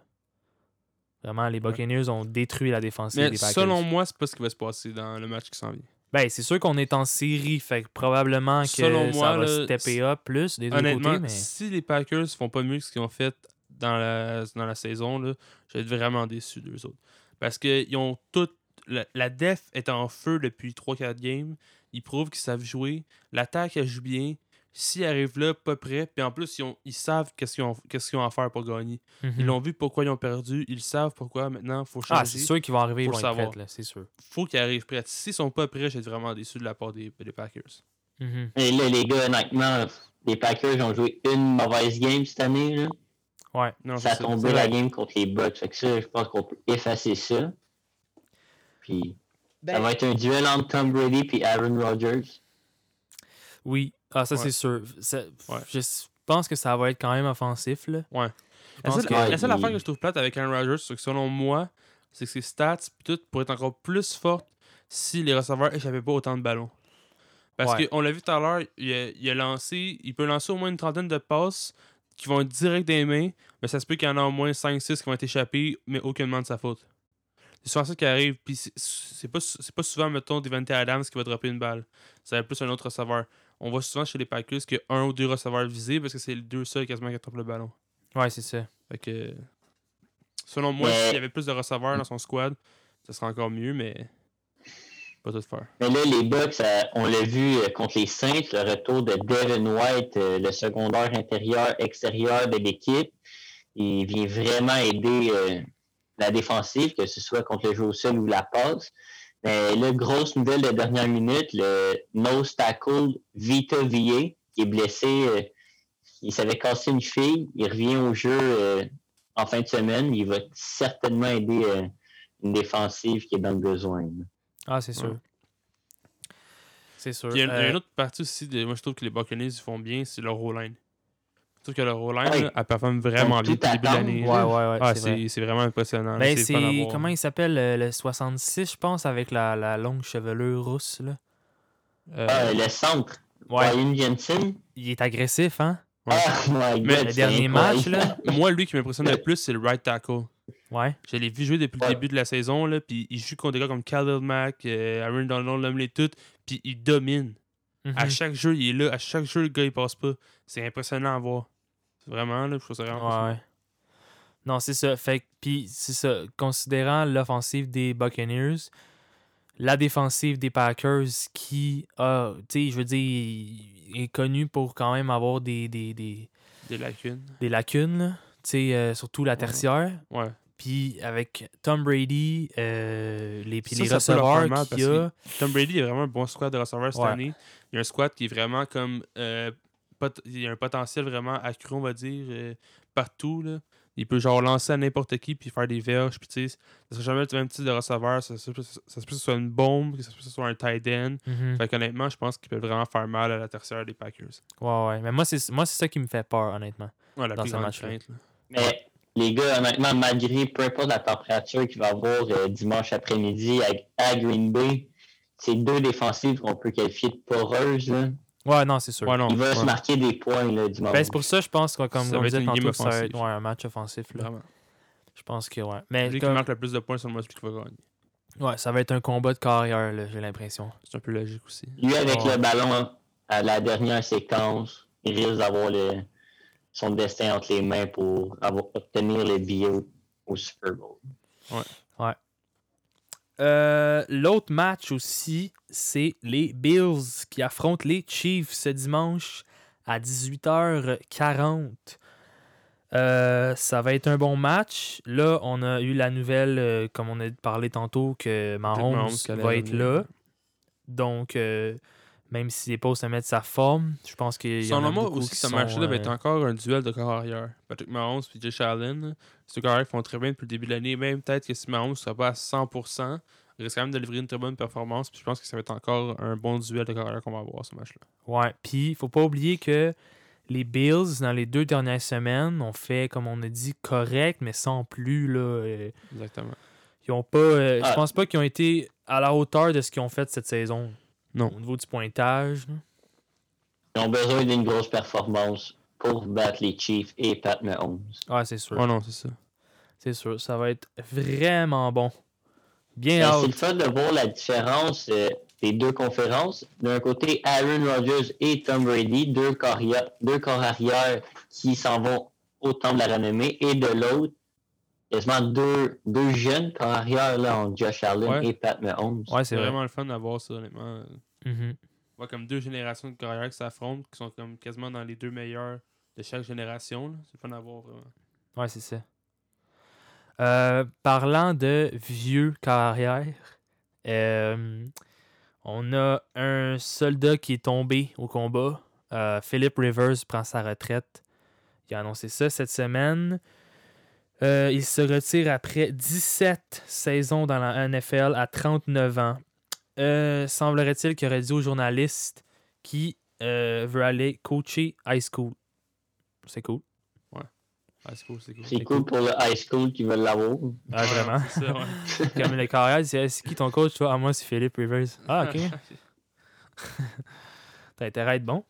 Vraiment, les Buccaneers ont détruit la défensive Mais des Packers. selon moi, c'est pas ce qui va se passer dans le match qui s'en vient. Ben, c'est sûr qu'on est en série, fait que probablement que Selon ça moi, va là, stepper up plus des deux Honnêtement, côtés, mais si les Packers font pas mieux que ce qu'ils ont fait dans la, dans la saison, là, je vais être vraiment déçu d'eux autres. Parce que ils ont tout. La, la def est en feu depuis 3-4 games. Ils prouvent qu'ils savent jouer. L'attaque, elle joue bien. S'ils arrivent là, pas prêts. Puis en plus, ils, ont- ils savent qu'est-ce qu'ils ont, qu'est-ce qu'ils ont à faire pour gagner. Mhm. Ils l'ont vu pourquoi ils ont perdu. Ils savent pourquoi. Maintenant, faut changer. Ah, c'est sûr qu'ils vont arriver, ils Faut vont le être savoir. prêts, là, c'est sûr. faut qu'ils arrivent prêts. S'ils sont pas prêts, je vais être vraiment déçu de la part des, des Packers. Mhm. Et là, les gars, honnêtement, les Packers ont joué une mauvaise game cette année. Là. Ouais. Non, Ça a c'est tombé c'est la game contre les Bucks. Fait que ça, je pense qu'on peut effacer ça. Puis, Ben ça va être un duel entre Tom Brady et Aaron Rodgers. Oui. Ah, ça, Ouais. c'est sûr. Ça- Ouais. Je s- pense que ça va être quand même offensif, là. Ouais. Je La pense seule, que- la seule Ouais, affaire il- que je trouve plate avec Aaron Rodgers, c'est que selon moi, c'est que ses stats pis tout pourraient être encore plus fortes si les receveurs échappaient pas autant de ballons. Parce Ouais. qu'on l'a vu tout à l'heure, il a, il a lancé, il peut lancer au moins une trentaine de passes qui vont être direct des mains, mais ça se peut qu'il y en a au moins 5-6 qui vont être échappés, mais aucunement de sa faute. C'est souvent ça qui arrive, puis c'est- c'est pas, sou- c'est pas souvent, mettons, Devante Adams qui va dropper une balle. Ça va être plus un autre receveur. On voit souvent chez les Packers qu'il y a un ou deux receveurs visés parce que c'est les deux seuls quasiment qui attrapent le ballon. Ouais, c'est ça. Fait que. Selon moi, Mais- s'il y avait plus de receveurs dans son squad, ça serait encore mieux, mais. Pas tout faire. Mais là, les Bucks, euh, on l'a vu euh, contre les Saints, le retour de Devin White, euh, le secondaire intérieur, extérieur de l'équipe. Il vient vraiment aider euh, la défensive, que ce soit contre le jeu au sol ou la passe. Mais là, grosse nouvelle de dernière minute, le nose tackle Vita Villiers, qui est blessé. euh, il s'avait cassé une fille. Il revient au jeu euh, en fin de semaine. Il va certainement aider euh, une défensive qui est dans le besoin. là. Ah, c'est sûr. Ouais. C'est sûr. Puis Il y, a, il y a Euh, une autre partie aussi, de- moi je trouve que les Buccaneers ils font bien, c'est leur O-line. Je trouve que leur O-line, Oui. là, elle performe vraiment Donc, bien tout depuis le début de attendre, l'année. Ouais, ouais, ouais. Ah, c'est vrai. c'est c'est vraiment impressionnant. là, Ben, c'est le fun à c'est. voir. Comment il s'appelle euh, Le 66, je pense, avec la, la longue chevelure rousse, là. Euh, Ah, le centre, Ouais. Ryan Jensen. Il est agressif, hein Ouais. Oh my Mais god. Le c'est dernier match, incroyable. là. Moi, lui qui m'impressionne le plus, c'est le right tackle. Ouais. Je l'ai vu jouer depuis Ouais. le début de la saison, là, puis il joue contre des gars comme Khalil Mack, euh, Aaron Donald, l'homme les toutes, puis il domine. À Mhm. chaque jeu, il est là. À chaque jeu, le gars, il passe pas. C'est impressionnant à voir. Vraiment, là, je trouve ça vraiment Ouais, ouais. Non, c'est ça. Fait que- puis c'est ça. Considérant l'offensive des Buccaneers, la défensive des Packers qui a, tu sais, je veux dire, est connue pour quand même avoir des, des, des, impressionnant. Des lacunes. des lacunes, là. tu sais, euh, surtout la tertiaire. Ouais. Puis avec Tom Brady, euh, les, puis Ça, les ça peut leur faire receveurs mal parce qu'il y a. Tom Brady a vraiment un bon squad de receveurs cette Ouais. année. Il y a un squad qui est vraiment comme. euh, pot- il y a un potentiel vraiment accru, on va dire, euh, partout. Là. Il peut genre lancer à n'importe qui puis faire des verges. Puis tu sais, ça sera jamais le même type de receveur. Ça, se peut- ça se peut que ce soit une bombe, que ça se peut que ce soit un tight end. Mhm. Fait qu'honnêtement, je pense qu'il peut vraiment faire mal à la tertiaire des Packers. Ouais, ouais. Mais moi, c'est moi, c'est ça qui me fait peur, honnêtement. Ouais, la Dans plus ce grande match-là. crainte, là. Mais les gars, honnêtement, malgré peu importe la température qu'il va y avoir euh, dimanche après-midi à, à Green Bay, c'est deux défensives qu'on peut qualifier de poreuses. Là. Ouais, non, c'est sûr. Ouais, non, Il va ouais, se marquer des points là, dimanche. Ben, c'est pour ça, je pense, que, comme Ça on va être disait une game tantôt, que ça va être offensive. ouais, un match offensif. Là. vraiment. Je pense que, ouais. Mais Celui qui comme- marque le plus de points sur le match, qui va gagner. Ouais, ça va être un combat de carrière, là, j'ai l'impression. C'est un peu logique aussi. Lui, avec Ouais. le ballon à la dernière séquence, il risque d'avoir le- son destin entre les mains pour avoir, obtenir le billet au- au Super Bowl. Euh, L'autre match aussi, c'est les Bills qui affrontent les Chiefs ce dimanche à 18h40. Euh, ça va être un bon match. Là, on a eu la nouvelle, euh, comme on a parlé tantôt, que Mahomes Mahomes qui allait va être revenir. là. Donc, euh, même si les Bills se mettent sa forme, je pense qu'il y en Selon a moi beaucoup aussi, qui ce sont, match-là va euh, être encore un duel de corps arrière. Patrick Mahomes et Josh Allen, là, ces deux corps arrière font très bien depuis le début de l'année. Même peut-être que si Mahomes ne sera pas à 100%, il risque quand même de livrer une très bonne performance. Puis je pense que ça va être encore un bon duel de carrière qu'on va avoir ce match-là. Ouais, puis faut pas oublier que les Bills, dans les deux dernières semaines, ont fait, comme on a dit, correct, mais sans plus. Là, euh, Exactement. ils ont pas. euh, Ah. Je pense pas qu'ils ont été à la hauteur de ce qu'ils ont fait cette saison. Non. Au niveau du pointage. là. Ils ont besoin d'une grosse performance pour battre les Chiefs et Pat Mahomes. Ah, c'est sûr. Oh non, c'est ça. C'est sûr. Ça va être vraiment bon. Bien Ben, hâte. c'est le fun de voir la différence euh, des deux conférences. D'un côté, Aaron Rodgers et Tom Brady, deux, carrières- deux corps arrière qui s'en vont au temps de la renommée, et de l'autre, quasiment deux, deux jeunes corps arrière là, en Josh Allen Ouais. et Pat Mahomes. Ouais, C'est c'est vrai. vraiment le fun d'avoir ça, honnêtement. Mhm. On voit comme deux générations de carrières qui s'affrontent, qui sont comme quasiment dans les deux meilleurs de chaque génération. là. C'est le fun d'avoir vraiment. Ouais, c'est ça. Euh, parlant de vieux carrière, euh, on a un soldat qui est tombé au combat. Euh, Philip Rivers prend sa retraite. Il a annoncé ça cette semaine. Euh, il se retire après 17 saisons dans la NFL à 39 ans. Euh, Semblerait-il qu'il aurait dit aux journalistes qui euh, veut aller coacher high school. C'est cool. Ah, c'est cool, c'est cool. C'est cool pour le high school qui veut l'avoir. Ah, Ouais, vraiment? c'est ça, ouais. Comme le carrière, c'est c'est qui ton coach? Tu vois, ah, moi, c'est Philippe Rivers. Ah, ok. T'as intérêt à être bon.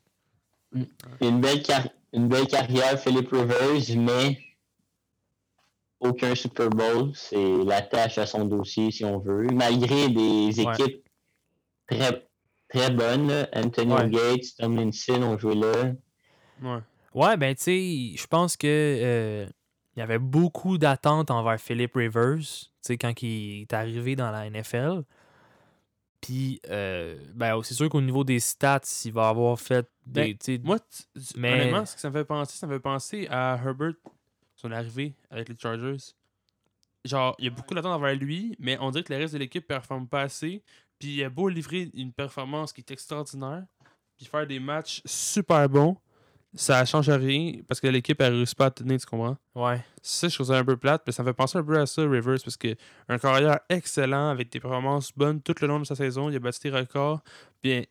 Une belle, carri- une belle carrière, Philip Rivers, mais aucun Super Bowl. C'est la tâche à son dossier, si on veut. Malgré des Ouais. équipes très, très bonnes, là. Antonio Ouais. Gates, Tomlinson ont joué là. Ouais. Ouais, ben, tu sais, je pense que euh, il y avait beaucoup d'attentes envers Philippe Rivers, tu sais, quand il est arrivé dans la NFL. Puis, euh, ben, c'est sûr qu'au niveau des stats, il va avoir fait des. Ben, tu sais, Moi, tu- tu- Mais- honnêtement, ce que ça me fait penser, ça me fait penser à Herbert, son arrivée avec les Chargers. Genre, il y a beaucoup d'attente envers lui, mais on dirait que le reste de l'équipe ne performe pas assez. Puis il a beau livrer une performance qui est extraordinaire, puis faire des matchs super bons, ça change rien parce que l'équipe, elle réussit pas à tenir, tu comprends? ouais, Ça, je trouve ça un peu plate, mais ça me fait penser un peu à ça, Rivers, parce que un carrière excellent, avec des performances bonnes tout le long de sa saison, il a battu des records. Bien,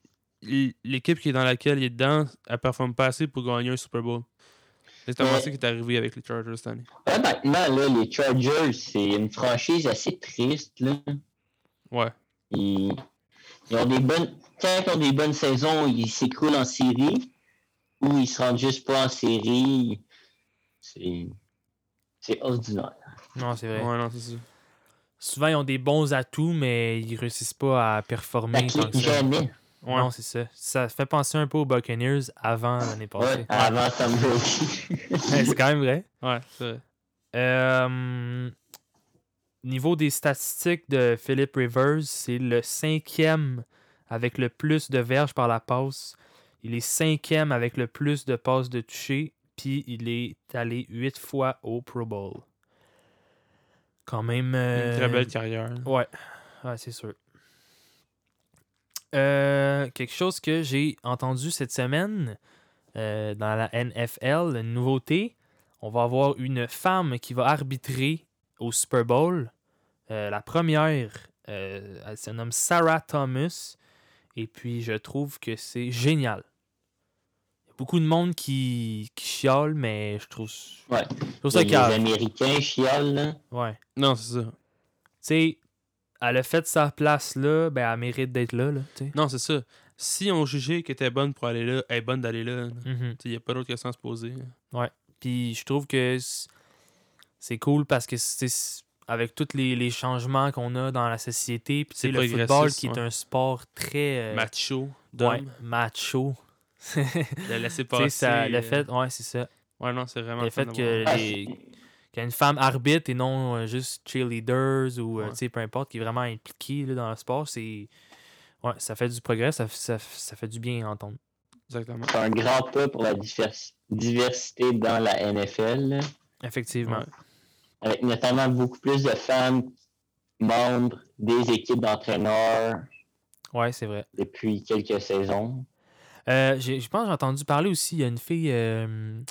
l- l'équipe qui est dans laquelle il est dedans, elle performe pas assez pour gagner un Super Bowl. C'est exactement Ouais. ça qui est arrivé avec les Chargers cette année. Honnêtement, là, les Chargers, c'est une franchise assez triste. Là. Ouais. Ils, ils ont des bonnes. Quand ils ont des bonnes saisons, ils s'écroulent en série ou ils se rendent juste pas en série. C'est. C'est ordinaire. non, c'est vrai. Ouais, non, c'est ça. Souvent, ils ont des bons atouts, mais ils réussissent pas à performer. Ça tant clique que ça. jamais. Ouais. Non, c'est ça. Ça fait penser un peu aux Buccaneers avant l'année Ouais, passée. avant Tom Brady. Ouais, c'est quand même vrai. Ouais, c'est vrai. Euh, niveau des statistiques de Philip Rivers, c'est le cinquième avec le plus de verges par la passe. Il est cinquième avec le plus de passes de toucher. Puis il est allé huit fois au Pro Bowl. Quand même. Une euh, très belle carrière. Ouais, ouais c'est sûr. Euh, quelque chose que j'ai entendu cette semaine euh, dans la NFL, une nouveauté, on va avoir une femme qui va arbitrer au Super Bowl. Euh, la première, euh, elle se nomme Sarah Thomas. Et puis, je trouve que c'est génial. Il y a beaucoup de monde qui, qui chiale, mais je trouve, Ouais. je trouve ça Les calme. Américains chiolent, là. Ouais Non, c'est ça. tu sais, elle a fait sa place là, ben elle mérite d'être là, là, tu sais. Non, c'est ça. Si on jugeait qu'elle était bonne pour aller là, elle est bonne d'aller là. Mhm. Il n'y a pas d'autre question à se poser. Puis je trouve que c- c'est cool parce que c'est c'est- avec tous les, les changements qu'on a dans la société, puis tu sais, C'est le progressiste, football qui est ouais. un sport très euh, Macho, ouais, d'homme, macho. Tu la laisser sais, passer. ça- le euh, fait, ouais, c'est ça. Ouais, non, c'est vraiment Le le fun fait d'avoir- Ah, que les- Qu'une femme arbitre et non euh, juste cheerleaders ou euh, Ouais. tu sais, peu importe, qui est vraiment impliquée là, dans le sport, c'est. Ouais, ça fait du progrès, ça, ça, ça fait du bien à entendre. Exactement. C'est un grand pas pour la diversi- diversité dans la NFL, là. Effectivement. Ouais. avec notamment beaucoup plus de femmes membres des équipes d'entraîneurs ouais c'est vrai. depuis quelques saisons. Euh, j'ai- je pense que j'ai entendu parler aussi, il y a une fille euh,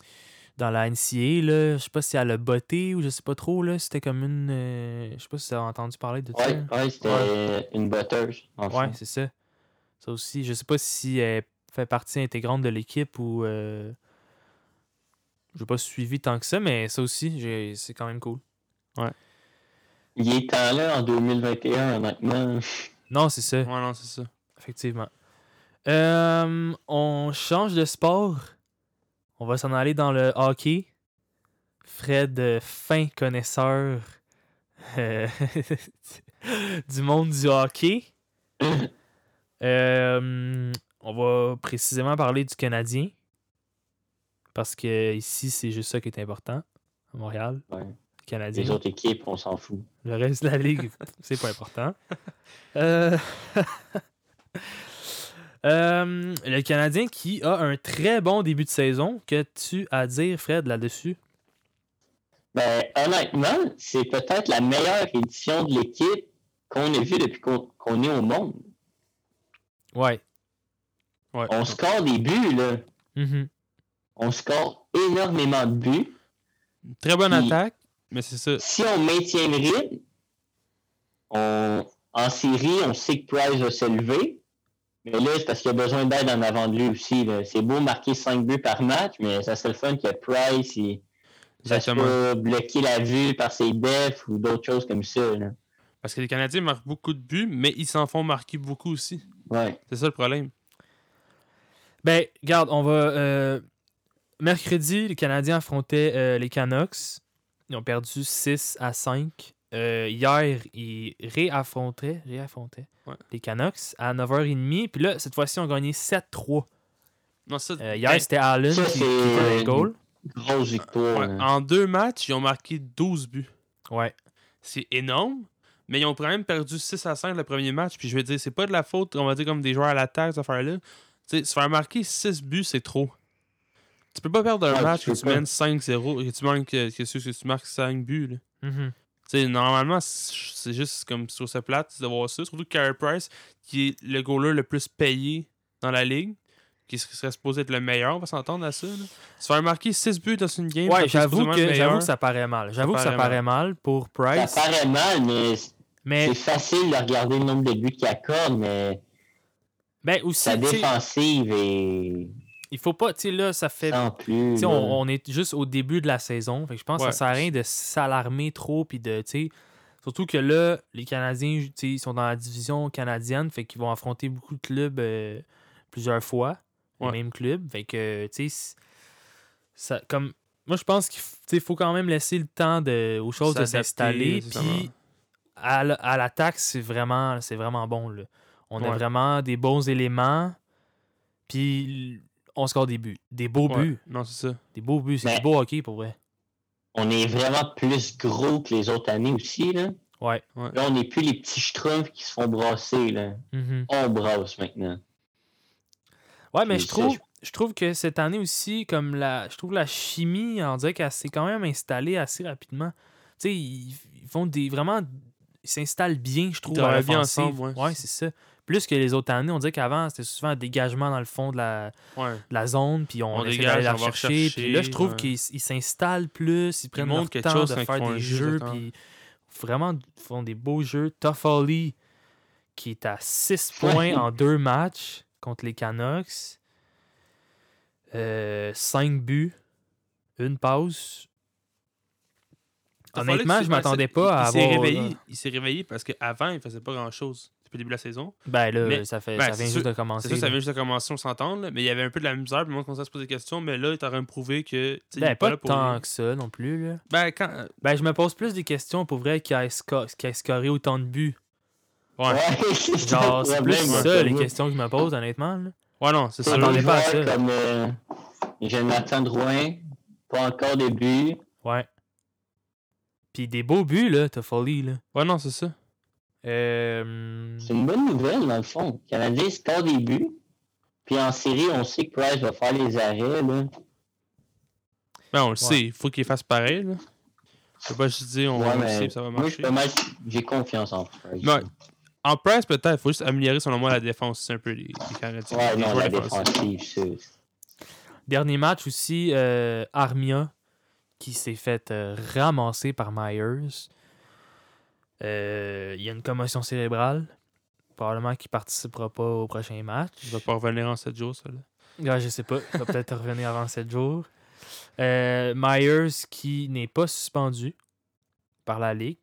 dans la NCA, là, je sais pas si elle a botté ou je sais pas trop, là, c'était comme une... euh, je sais pas si t'as entendu parler de ça. Ouais, ouais, c'était une botteuse. en Ouais, fait. c'est ça. Ça aussi, je sais pas si elle fait partie intégrante de l'équipe ou. Euh... Je pas suivi tant que ça, mais ça aussi, j'ai- c'est quand même cool. Il est temps là en 2021, honnêtement. Non, c'est ça, Ouais, non, c'est ça. effectivement. Euh, on change de sport. On va s'en aller dans le hockey. Fred, euh, fin connaisseur euh, du monde du hockey. Euh, on va précisément parler du Canadien. Parce que ici, c'est juste ça qui est important. À Montréal, Ouais. le Canadien. Les autres équipes, on s'en fout. Le reste de la ligue, c'est pas important. Euh, euh, le Canadien qui a un très bon début de saison. Que tu as à dire, Fred, là-dessus? Ben, honnêtement, c'est peut-être la meilleure édition de l'équipe qu'on ait vue depuis qu'on qu'on est au monde. Ouais. Ouais. On score des buts, là. Mhm. On score énormément de buts. Très bonne Puis- attaque, mais c'est ça. Si on maintient le rythme, on... en série, on sait que Price va se lever. Mais là, c'est parce qu'il a besoin d'aide en avant de lui aussi. là. C'est beau marquer 5 buts par match, mais ça serait le fun que Price il... sache Exactement. pas bloquer la vue par ses defs ou d'autres choses comme ça. là. Parce que les Canadiens marquent beaucoup de buts, mais ils s'en font marquer beaucoup aussi. Ouais. C'est ça le problème. Ben, regarde, on va. euh, mercredi, les Canadiens affrontaient euh, les Canucks. Ils ont perdu 6 à 5. Euh, hier, ils réaffrontaient, réaffrontaient Ouais. les Canucks à 9h30. Puis là, cette fois-ci, on a gagné 7-3. Non, ça, Euh, hier, ben, c'était Allen ça, qui, qui c'est- faisait le goal. Grosse victoire. ouais, là. en deux matchs, ils ont marqué 12 buts. Ouais. C'est énorme, mais ils ont quand même perdu 6 à 5 le premier match. Puis je veux dire, c'est pas de la faute, on va dire, comme des joueurs à la terre, cette affaire-là. Tu sais, se faire marquer 6 buts, c'est trop. Tu peux pas perdre un Ouais, match tu que peux tu pas. mènes 5-0 et que tu, manques, euh, que, que tu marques 5 buts. là. Mhm. Tu sais, normalement, c- c'est juste comme sur ce plate de voir ça. Surtout que Carey Price, qui est le goaler le plus payé dans la ligue, qui s- serait supposé être le meilleur, on va s'entendre à ça. là. Se faire marquer 6 buts dans une game, quand Ouais, t'es j'avoue supposément le que, j'avoue meilleur, que ça paraît mal. J'avoue que ça paraît paraît mal mal. pour Ça Price. paraît mal, Ben, mais c'est Mais facile de regarder le nombre de buts qu'il accorde, mais ben, aussi, sa tu sais, défensive est il faut pas. Tu sais, là, ça fait sans plus. Tu sais, là. on, on est juste au début de la saison. Fait que je pense Ouais. que ça sert à rien de s'alarmer trop. Puis de, tu sais, surtout que là, les Canadiens, tu sais, ils sont dans la division canadienne. Fait qu'ils vont affronter beaucoup de clubs euh, plusieurs fois. Ouais. Les mêmes clubs. Fait que, tu sais, c- ça, comme. Moi, je pense qu'il f- tu sais, faut quand même laisser le temps de, aux choses de S'adapter, s'installer. justement. Puis à l- à l'attaque, c'est vraiment, c'est vraiment bon. Là. On a Ouais. vraiment des bons éléments. Puis on score des buts. Des beaux Ouais. buts. Non, c'est ça. Des beaux buts, c'est Mais- du beau hockey pour vrai. On est vraiment plus gros que les autres années aussi. Là, Ouais. Là, on n'est plus les petits schtroumpfs qui se font brasser. Là. Mhm. Mm-hmm. On brasse maintenant. Ouais, mais Puis je ça, trouve, je trouve que cette année aussi, comme la, je trouve la chimie, on dirait qu'elle s'est quand même installée assez rapidement. Tu sais, ils, ils font des vraiment, ils s'installent bien, je trouve, à travaillent bien l'offensive. ensemble, ouais. ouais c'est ça. Plus que les autres années, on dirait qu'avant, c'était souvent un dégagement dans le fond de la, Ouais. de la zone, puis on, On essaie dégage, d'aller la on va rechercher. rechercher, Puis là, je trouve ouais. qu'ils s- ils s'installent plus, ils prennent montrent leur quelque temps chose de quand ils faire font des un jeu de jeux, temps. puis vraiment font des beaux jeux. Toffoli, qui est à 6 Ouais. points en deux matchs contre les Canucks. 5 buts, une pause. Honnêtement, je m'attendais pas à ben, il s'est avoir- euh, Réveillé, il s'est réveillé parce qu'avant, il faisait pas grand-chose depuis le début de la saison. Ben là, Mais- ça, fait, ben, ça c'est vient sûr- juste de C'est commencer. ça, ça là. avait juste commencé, on s'entend, là, mais il y avait un peu de la misère, puis le monde commençait à se poser des questions, mais là, il t'aurait prouvé que. tu sais, il Ben, est pas là pour tant lui. que ça non plus. Là. Ben, quand. Ben, je me pose plus des questions pour vrai qui a, sco- qui a scoré autant de buts. Ouais, ouais. c'est ça Genre, le c'est plus problème, hein. moi, ça les pour moi. questions que je me pose, honnêtement. là. non, c'est C'est ça. Attendez des pas à joueurs ça. Comme euh, Jonathan Drouin, pas encore de but. Ouais. Puis des beaux buts, là, Toffoli, là. Ouais, non, c'est ça. Euh... C'est une bonne nouvelle, dans le fond. Le Canadien score des buts. Puis en série, on sait que Price va faire les arrêts. Là. Ben, on le sait, il faut qu'il fasse pareil. Là. Je peux pas juste dire, on Ouais, va le mais sait, ça va Moi, je suis marcher. pas mal- J'ai confiance en Price. Ouais. En presse, peut-être, il faut juste améliorer, selon moi, la défense. C'est un peu les, les Canadiens. Ouais, les non, joueurs la défensifs. défensive, c'est. Dernier match aussi, euh, Armia qui s'est fait euh, ramasser par Myers. Euh, il y a une commotion cérébrale. Probablement qu'il participera pas au prochain match. Il va pas revenir en 7 jours, ça. là. Ouais, je sais pas. Il va peut-être revenir avant 7 jours. Euh, Myers qui n'est pas suspendu par la Ligue.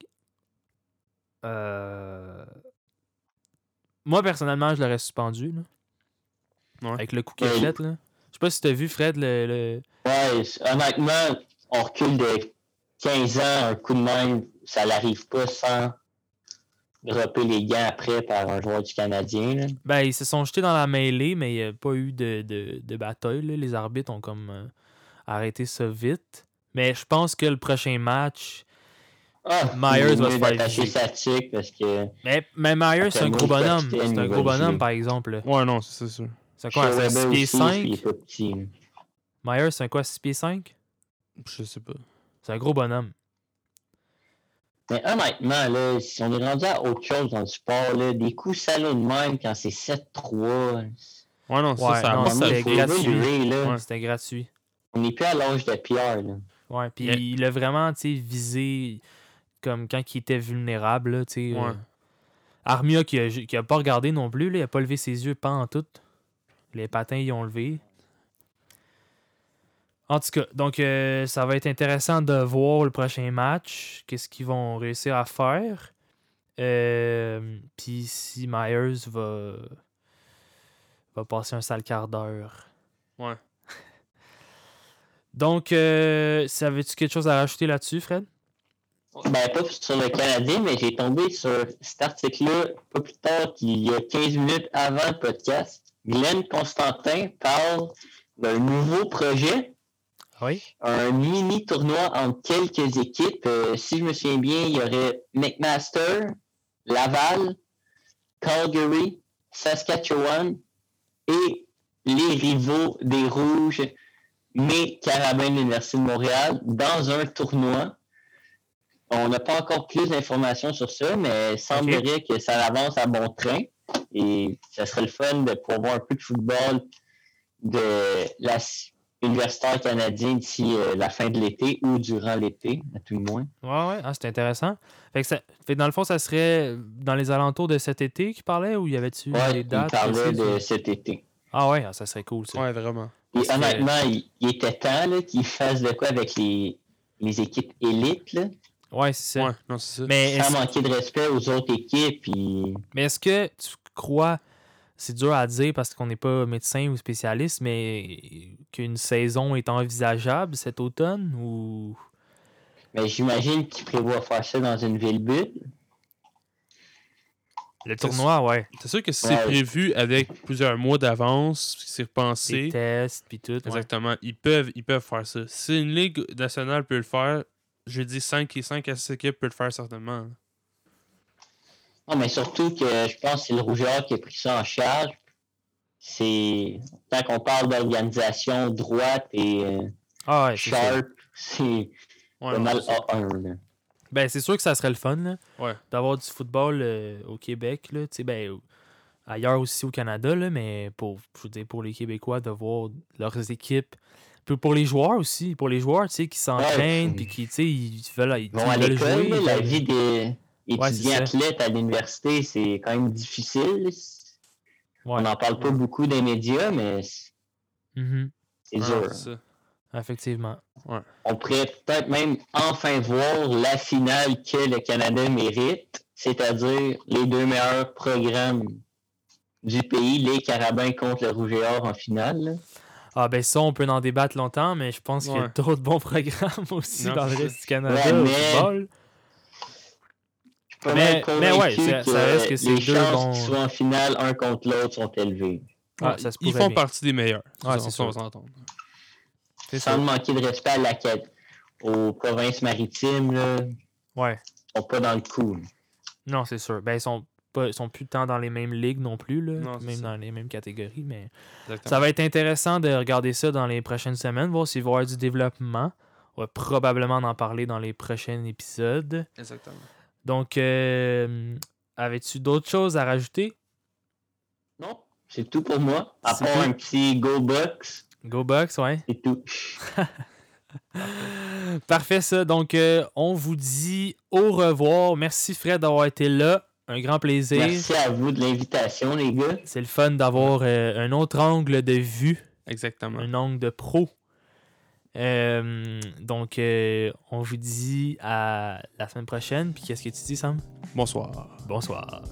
Euh, Moi, personnellement, je l'aurais suspendu. là. Ouais. Avec le coup qu'il a Ouais. fait. là. Je sais pas si tu as vu, Fred, le- le, Ouais, c- honnêtement, on recule de 15 ans, un coup de même, ça n'arrive pas sans dropper les gants après par un joueur du Canadien. là. Ben, ils se sont jetés dans la mêlée, mais il n'y a pas eu de, de, de bataille. là. Les arbitres ont comme euh, arrêté ça vite. Mais je pense que le prochain match. Ah, Myers il est va mieux se faire d'attacher juger. sa tuque parce que Mais, mais Myers, c'est un gros Après, moi, je bonhomme. pratiquais C'est une un gros nouvelle bonhomme, idée. par exemple. là. Ouais, non, c'est c'est sûr. C'est quoi, Shaw un 6 Weber pieds aussi, 5 puis il est pas petit. là. Myers, c'est un quoi, 6 pieds 5 Je sais pas. C'est un gros bonhomme. Mais honnêtement, là, si on est rendu à autre chose dans le sport, là, des coups salauds de même quand c'est 7-3, Ouais, non, ça, Ouais, ça, non, moi, on ça- c'est- faut gratuit. évoluer, là. Ouais. C'était gratuit. On n'est plus à l'âge de Pierre. Là. Ouais, puis euh, Yeah. il a vraiment tu sais, visé comme quand il était vulnérable. Là, tu sais, euh, Ouais. Armia qui a, ju- qui a pas regardé non plus, là, il a pas levé ses yeux pas en tout. Les patins y ont levé. En tout cas, donc euh, ça va être intéressant de voir le prochain match, qu'est-ce qu'ils vont réussir à faire. Euh, Puis si Myers va, va passer un sale quart d'heure. Ouais. donc, euh, ça veut-tu quelque chose à rajouter là-dessus, Fred? Ben, pas sur le Canadien, mais j'ai tombé sur cet article-là pas plus tard qu'il y a 15 minutes avant le podcast. Glenn Constantin parle d'un nouveau projet, Oui. un mini tournoi entre quelques équipes. Euh, si je me souviens bien, il y aurait McMaster, Laval, Calgary, Saskatchewan et les rivaux des Rouges, mais Carabins de l'Université de Montréal, dans un tournoi. On n'a pas encore plus d'informations sur ça, mais il semblerait que ça avance à bon train. Et ça serait le fun de pouvoir voir un peu de football de la s- universitaire canadien d'ici euh, la fin de l'été ou durant l'été, à tout le moins. Ouais, ouais, ah, c'est intéressant. Fait que ça- fait que dans le fond, ça serait dans les alentours de cet été qu'il parlait ou il y avait-tu Ouais, des il dates? parlait précises, de ou- cet été. Ah ouais, ah, ça serait cool ça. Ouais, vraiment. Et Parce que- honnêtement, il, il était temps là, qu'il fasse de quoi avec les, les équipes élites. Là. Ouais, c'est ça. Ouais, non, c'est ça. Mais Sans est-ce manquer de respect aux autres équipes. puis- mais est-ce que tu crois, c'est dur à dire parce qu'on n'est pas médecin ou spécialiste, mais qu'une saison est envisageable cet automne ou. Mais ben, j'imagine qu'il prévoit faire ça dans une ville but. Le Ça, c'est- tournoi, ouais. C'est sûr que si Ouais. c'est prévu avec plusieurs mois d'avance, si c'est Les repensé, tests, puis tout. ouais. exactement, ils peuvent, ils peuvent faire ça. Si une ligue nationale peut le faire, je dis 5 et 5 à 6 équipes peuvent le faire certainement. Non, mais surtout que je pense que c'est le rougeur qui a pris ça en charge. C'est tant qu'on parle d'organisation droite et euh, Ah ouais, c'est ça. sharp, c'est Ouais, pas non, mal c'est ça. à 1. là. Ben, c'est sûr que ça serait le fun, là, Ouais. d'avoir du football euh, au Québec, là, tu sais, ben, au- ailleurs aussi au Canada, là, mais pour, je veux dire, pour les Québécois, de voir leurs équipes. Puis pour les joueurs aussi, pour les joueurs, tu sais, qui s'entraînent, Ouais. puis qui, tu sais, ils veulent, ils, Ils vont à ils veulent l'école, jouer. là, la vie des Ouais, c'est étudiants ça. athlètes à l'université, c'est quand même difficile. On Ouais. n'en parle pas beaucoup des médias, mais c'est Mhm. c'est Ouais, dur. c'est ça. Effectivement. On pourrait peut-être même enfin voir la finale que le Canada mérite, c'est-à-dire les deux meilleurs programmes du pays, les Carabins contre le Rouge et Or en finale. là. Ah, ben ça, on peut en débattre longtemps, mais je pense qu'il y a Ouais. d'autres bons programmes aussi Non, dans le c'est reste du Canada Ouais, au mais- football. Je suis pas Mais- mal convaincu mais ouais, ça- que, ça reste que euh, c'est les deux chances bons- qu'ils soient en finale un contre l'autre sont élevées. Ah, Ouais, ça se ils pourrait font bien. partie des meilleurs. Ouais, Ça, c'est on- sûr. on s'entend. C'est Sans ça. manquer de respect à la quête aux provinces maritimes, là, Ouais. ils sont pas dans le coup. Non, c'est sûr. Ben, ils sont, pas, ils sont plus tant dans les mêmes ligues non plus, là, Non, c'est même ça. dans les mêmes catégories, mais Exactement. ça va être intéressant de regarder ça dans les prochaines semaines, voir s'il va y avoir du développement. On va probablement en parler dans les prochains épisodes. Exactement. Donc, euh, avais-tu d'autres choses à rajouter? Non, c'est tout pour moi. À C'est part tout. un petit Go Bucks. Go Bucks, ouais. C'est tout. Parfait, ça. Donc, euh, on vous dit au revoir. Merci, Fred, d'avoir été là. Un grand plaisir. Merci à vous de l'invitation, les gars. C'est le fun d'avoir euh, un autre angle de vue, Exactement. un angle de pro. Euh, donc, euh, on vous dit à la semaine prochaine. Puis, qu'est-ce que tu dis, Sam? Bonsoir. Bonsoir.